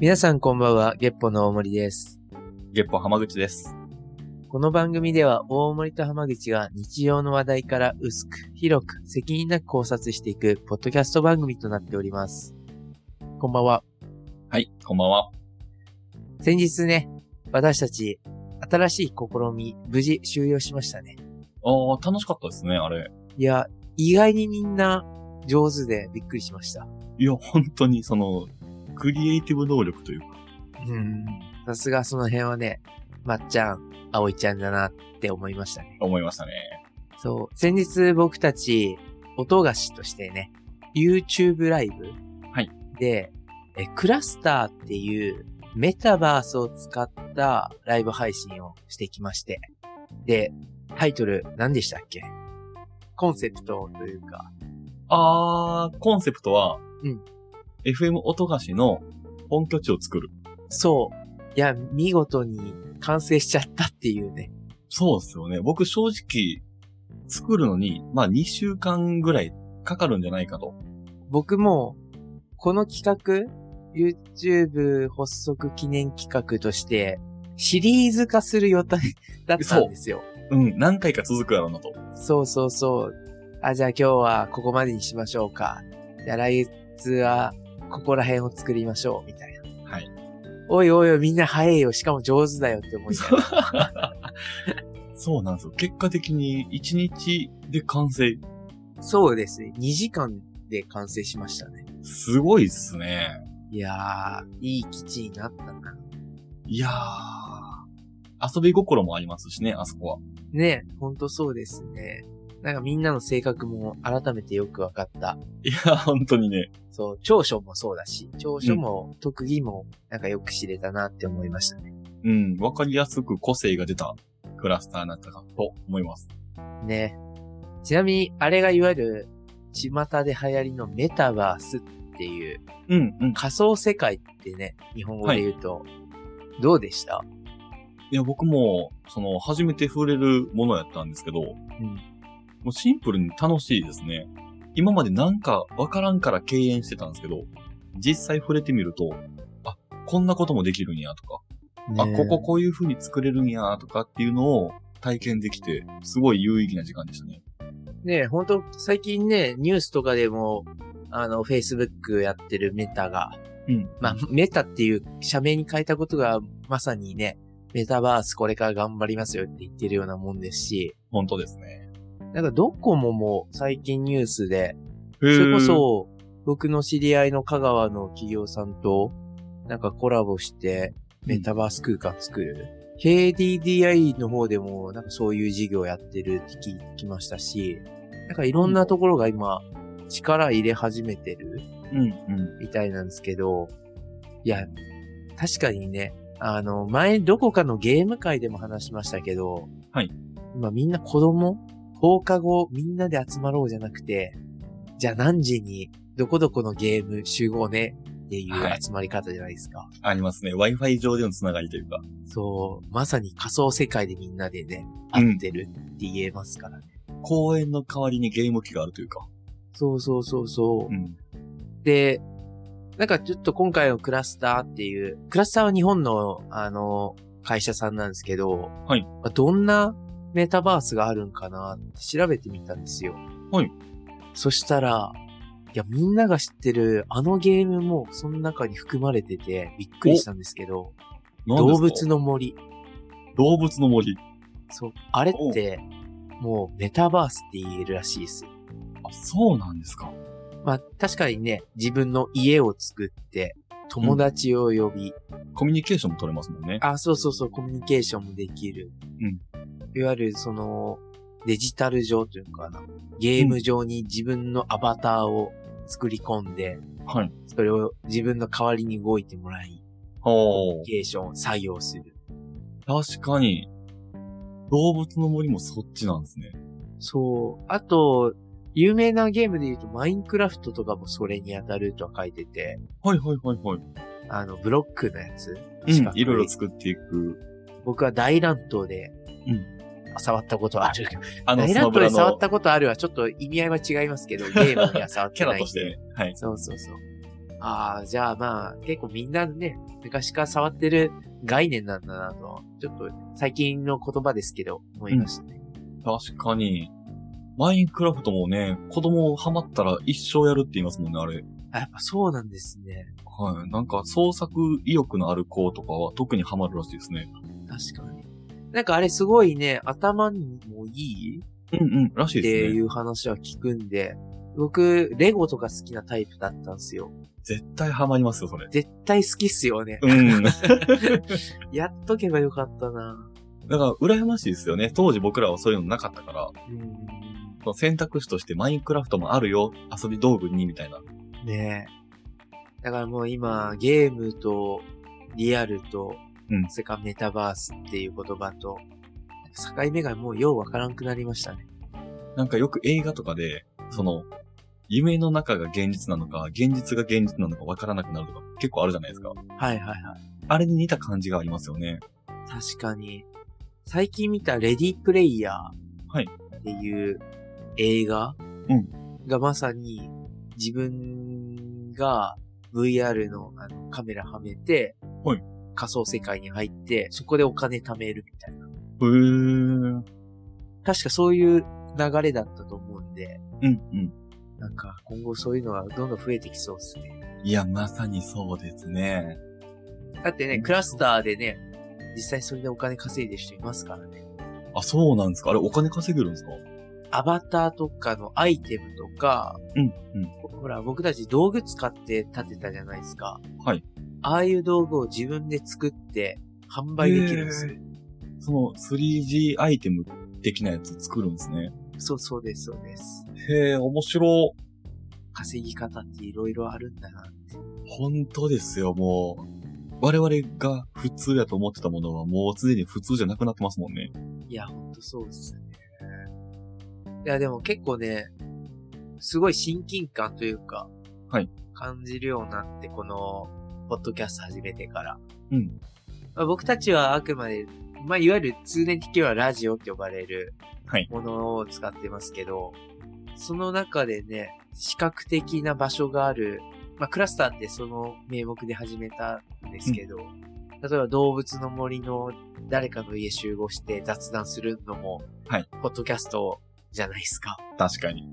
皆さんこんばんは、ゲッポの大森です。月歩浜口です。この番組では大森と浜口が日常の話題から薄く、広く、責任なく考察していく、ポッドキャスト番組となっております。こんばんは。はい、こんばんは。先日ね、私たち、新しい試み、無事終了しましたね。ああ、楽しかったですね、あれ。いや、意外にみんな上手でびっくりしました。いや、本当にその、クリエイティブ能力というか。うん。さすがその辺はね、まっちゃん、あおいちゃんだなって思いましたね。思いましたね。そう。先日僕たち、音菓子としてね、YouTube ライブはいで、えクラスターっていうメタバースを使ったライブ配信をしてきまして。で、タイトル何でしたっけコンセプトというか、ああ、コンセプトは、うん。 FM 音菓子の本拠地を作る。そう。いや、見事に完成しちゃったっていうね。そうですよね。僕正直、作るのに、まあ2週間ぐらいかかるんじゃないかと。僕も、この企画、YouTube 発足記念企画として、シリーズ化する予定だったんですよ。うん、何回か続くやろうなと。そうそうそう。あ、じゃあ今日はここまでにしましょうか。じゃあ来月はここら辺を作りましょう、みたいな。はい。おいおいおい、みんな早いよ。しかも上手だよって思いながら。そうなんですよ。結果的に1日で完成。そうですね。2時間で完成しましたね。すごいっすね。いやー、いい基地になったな。いやー、遊び心もありますしね、あそこは。 ねえ、ほんとそうですね。なんかみんなの性格も改めてよく分かった。いや、本当にね。そう、長所もそうだし、長所も特技もなんかよく知れたなって思いましたね。うん、わかりやすく個性が出たクラスターになったかと思います。ねえちなみに、あれがいわゆる、巷で流行りのメタバースっていう、うん、うん。仮想世界ってね、日本語で言うと、どうでしたいや、僕も、その、初めて触れるものやったんですけうど、んもうシンプルに楽しいですね。今までなんかわからんから敬遠してたんですけど、実際触れてみると、あ、こんなこともできるんやとか、あ、ここ。こういう風に作れるんやとかっていうのを体験できて、すごい有意義な時間でしたね。ねえ、ほんと、最近ね、ニュースとかでも、あの、Facebook やってるメタが、うん。まあ、メタっていう社名に変えたことが、まさにね、メタバースこれから頑張りますよって言ってるようなもんですし、本当ですね。なんかドコモも最近ニュースで、そそれこ、そ、僕の知り合いの香川の企業さんと、なんかコラボして、メタバース空間作る。KDDI の方でも、なんかそういう事業やってるって聞きましたし、なんかいろんなところが今、力入れ始めてる。うん、うん。みたいなんですけど、いや、確かにね、あの、前どこかのゲーム会でも話しましたけど、はい。今みんな子供、放課後みんなで集まろうじゃなくて、じゃあ何時にどこどこのゲーム集合ねっていはうい集まり方じゃないですか。ありますね。Wi-Fi 上でのつながりというか。そう、まさに仮想世界でみんなでね、会ってるって言えますからね。公園の代わりにゲーム機があるというか。そうそうそうそう。ん。で、なんかちょっと今回のクラスターっていう、クラスターは日本の、あの、会社さんなんですけど、はいまあどんなメタバースがあるんかなって調べてみたんですよ。はい。そしたら、いや、みんなが知ってるあのゲームもその中に含まれててびっくりしたんですけど、動物の。の森。動物の森。そう。あれって、もうメタバースって言えるらしいですよ。あ、そうなんですか。まあ、確かにね、自分の家を作って、友達を呼び、コミュニケーションも取れますもんね。あ、そうそうそう、コミュニケーションもできる。うん。いわゆる、その、デジタル上というのかな。ゲーム上に自分のアバターを作り込んで、はい。それを自分の代わりに動いてもらい、コおミュニケーションを採用する。確かに。動物の森もそっちなんですね。そう。あと、有名なゲームで言うと、マインクラフトとかもそれに当たるとは書いてて、はいはいはいはい。あの、ブロックのやつ。うん。いろいろ作っていく。僕は大乱闘で、うん触ったことある。あ大ス乱マブ闘ラで触の ったことあるはちょっと意味合いは違いますけど、ゲームには触っキてャなラいとしてね。はい。そうそうそう。ああ、じゃあまあ、結構みんなね、昔から触ってる概念なんだなと、ちょっと最近の言葉ですけど、思いましたね。確かに。マインクラフトもね、子供ハマったら一生やるって言いますもんね、あれ。あ、やっぱそうなんですね。はい。なんか創作意欲のある子とかは特にハマるらしいですね。確かに。なんかあれすごいね、頭にもいいうんうん、らしっいてでいすね。う話は聞くんで、僕、レゴとか好きなタイプだったんですよ。絶対ハマりますよ、それ。絶対好きっすよね。うん。 だかやっとけばよかったな。ら、羨ましいですよね。当時僕らはそういうのなかったから、うん。その選択肢としてマインクラフトもあるよ、遊び道具に、みたいな。ねえ。だからもう今、ゲームと、リアルと、うんそれからメタバースっていう言葉と、境目がもうようわからんくなりましたね。なんかよく映画とかで、その、夢の中が現実なのか、現実が現実なのか分からなくなるとか結構あるじゃないですか。はいはいはい。あれに似た感じがありますよね。確かに。最近見たレディープレイヤーはいっていう映画うんがまさに自分が VR のあのカメラはめて、はい仮想世界に入って、そこでお金貯めるみたいな。へー。うん確かそういう流れだったと思うんで、うん。なんか今後そういうのがどんどん増えてきそうですね。いや、まさにそうですね。だってね、クラスターでね、実際それでお金稼いでる人いますからね。あ、そうなんですかあれお金稼げるんですかアバターとかのアイテムとか、うん、うん。ほほら、僕たち道具使って建てたじゃないですか。はい。ああいう道具を自分で作って販売できるんですよ。へーその 3G アイテム的なやつ作るんですね。そうそうです、そうです。へえ、面白。稼ぎ方っていろいろあるんだなって。本当ですよ、もう。我々が普通やと思ってたものはもうすでに普通じゃなくなってますもんね。いや、ほんとそうですね。いや、でも結構ね、すごい親近感というか、はい。感じるようになって、この、ポッドキャスト始めてから。うん。まあ、僕たちはあくまで、まあ、いわゆる通年的にはラジオって呼ばれるはいものを使ってますけど、その中でね、視覚的な場所がある、まあ、クラスターってその名目で始めたんですけど、例えば動物の森の誰かの家集合して雑談するのも、はいポッドキャストじゃないですか。確かに。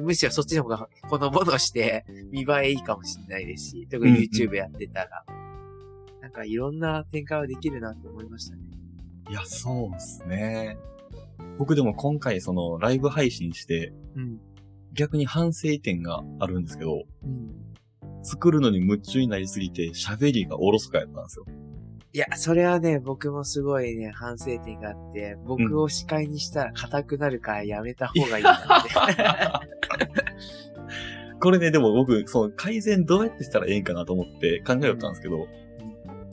むしろそっちの方がほのぼのして見栄えいいかもしれないですし、特に YouTube やってたら、なんかいろんな展開はできるなって思いましたね。いや、そうですね。僕でも今回そのライブ配信してうん。逆に反省点があるんですけど、うん。作るのに夢中になりすぎて喋りがおろそかやったんですよ。いや、それはね、僕もすごいね、反省点があって、僕を司会にしたら硬くなるからやめた方がいいなって。 これね、でも僕、その改善どうやってしたらええんかなと思って考えよったんですけど、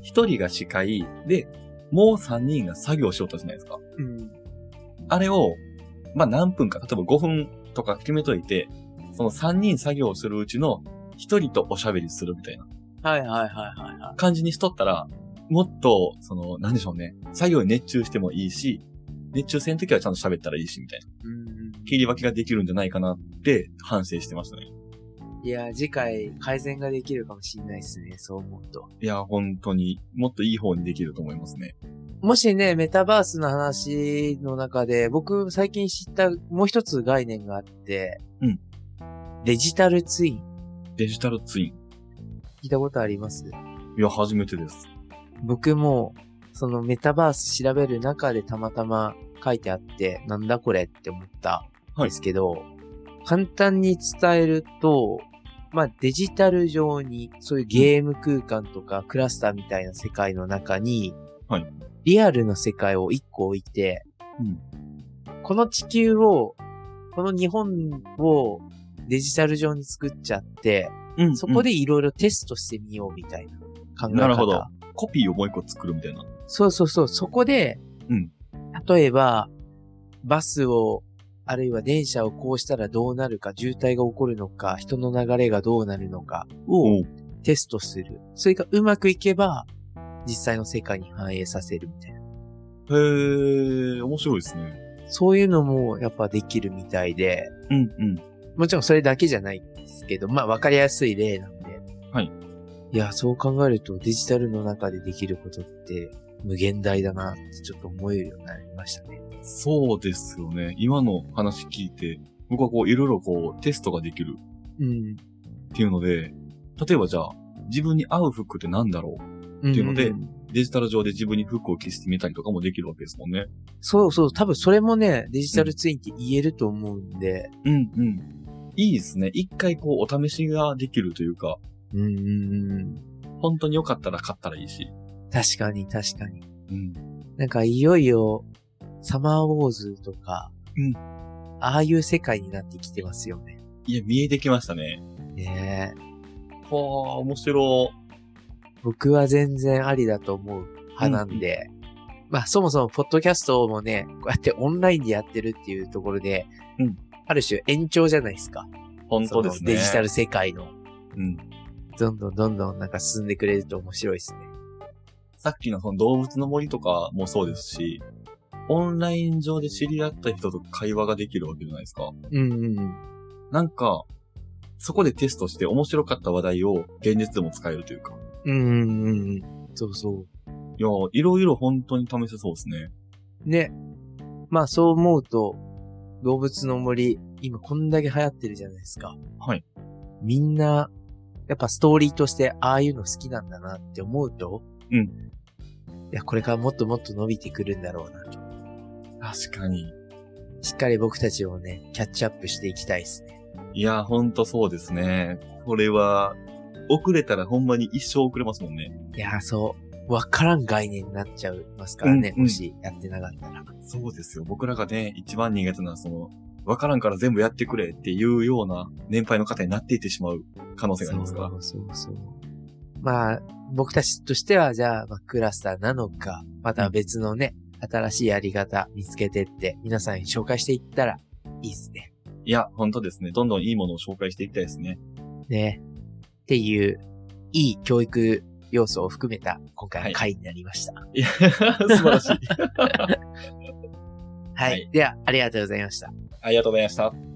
一人が司会で、もう三人が作業しよったじゃないですか。 うん。あれを、まあ何分か、例えば5分とか決めといて、その三人作業するうちの一人とおしゃべりするみたいな。はいはいはいはいは感じにしとったら、もっと、その、なんでしょうね、作業に熱中してもいいし、熱中せん時はちゃんと喋ったらいいし、みたいな。い。うん。切り分けができるんじゃないかなって反省してましたね。いや、次回改善ができるかもしれないですね、そう思うと。いや、本当に、もっといい方にできると思いますね。もしね、メタバースの話の中で、僕最近知ったもう一つ概念があって、うんデジタルツイン。デジタルツイン。聞いたことありますいや、初めてです。僕も、そのメタバース調べる中でたまたま書いてあって、なんだこれって思ったんはいですけど、簡単に伝えると、まあデジタル上に、そういうゲーム空間とかクラスターみたいな世界の中に、はいリアルの世界を一個置いて、うんこの地球を、この日本をデジタル上に作っちゃって、うんそこで、でいろいろテストしてみようみたいな考え方。なるほどコピーをもう一個作るみたいな。そうそうそう、そこで、うん例えば、バスを、あるいは電車をこうしたらどうなるか、渋滞が起こるのか、人の流れがどうなるのかをうテストする。それがうまくいけば、実際の世界に反映させるみたいな。へー、面白いですね。そういうのもやっぱできるみたいで、うん、うん。もちろんそれだけじゃないんですけど、まあわかりやすい例なんで、はい。いや、そう考えるとデジタルの中でできることって無限大だなってちょっと思えるようになりましたね。そうですよね。今の話聞いて、僕はこう、いろいろこう、テストができるうん。っていうので、例えばじゃあ、自分に合う服ってなんだろうっていうのでデジタル上で自分に服を着せてみたりとかもできるわけですもんね。そうそう、多分それもね、デジタルツインって言えると思うんで、うんうん。いいですね。一回こう、お試しができるというか、うんうんうん。本当に良かったら買ったらいいし。確かに確かに。うん。なんかいよいよ、サマーウォーズとか、うんああいう世界になってきてますよね。いや、見えてきましたね。ねえ。はあ、面白僕は全然ありだと思う派なんで、まあそもそもポッドキャストもね、こうやってオンラインでやってるっていうところで、うんある種延長じゃないですか。い。本当ですそね。のデジタル。世界の、うん。どんどんどんどんなんか進んでくれると面白いですね。さっきのその動物の森とかもそうですし、オンライン上で知り合った人と会話ができるわけじゃないですか。うんうんうん。なんか、そこでテストして面白かった話題を現実でも使えるというか。うんうんうん。そうそう。いや、いろいろ本当に試せそうですね。ね。まあそう思うと、動物の森、今こんだけ流行ってるじゃないですか。はい。みんな、やっぱストーリーとしてああいうの好きなんだなって思うと、うんいや、これからもっともっと伸びてくるんだろうなと。確かに。しっかり僕たちをね、キャッチアップしていきたいですね。いや、ほんとそうですね。これは、遅れたらほんまに一生遅れますもんね。いや、そう。わからん概念になっちゃいますからね、うんうんもしやってなかったら。そうですよ。僕らがね、一番苦手な、その、わからんから全部やってくれっていうような年配の方になっていってしまう可能性がありますから。そうそうそう。まあ、僕たちとしては、じゃあ、まあ、クラスターなのか、または別のね、新しいやり方見つけてって、皆さんに紹介していったらいいですね。いや、ほんとですね。どんどんいいものを紹介していきたいですね。ね。っていう、いい教育要素を含めた今回の回になりました。はい。いや、素晴 らしい。あでは、ありがとうございました。りがとうございました。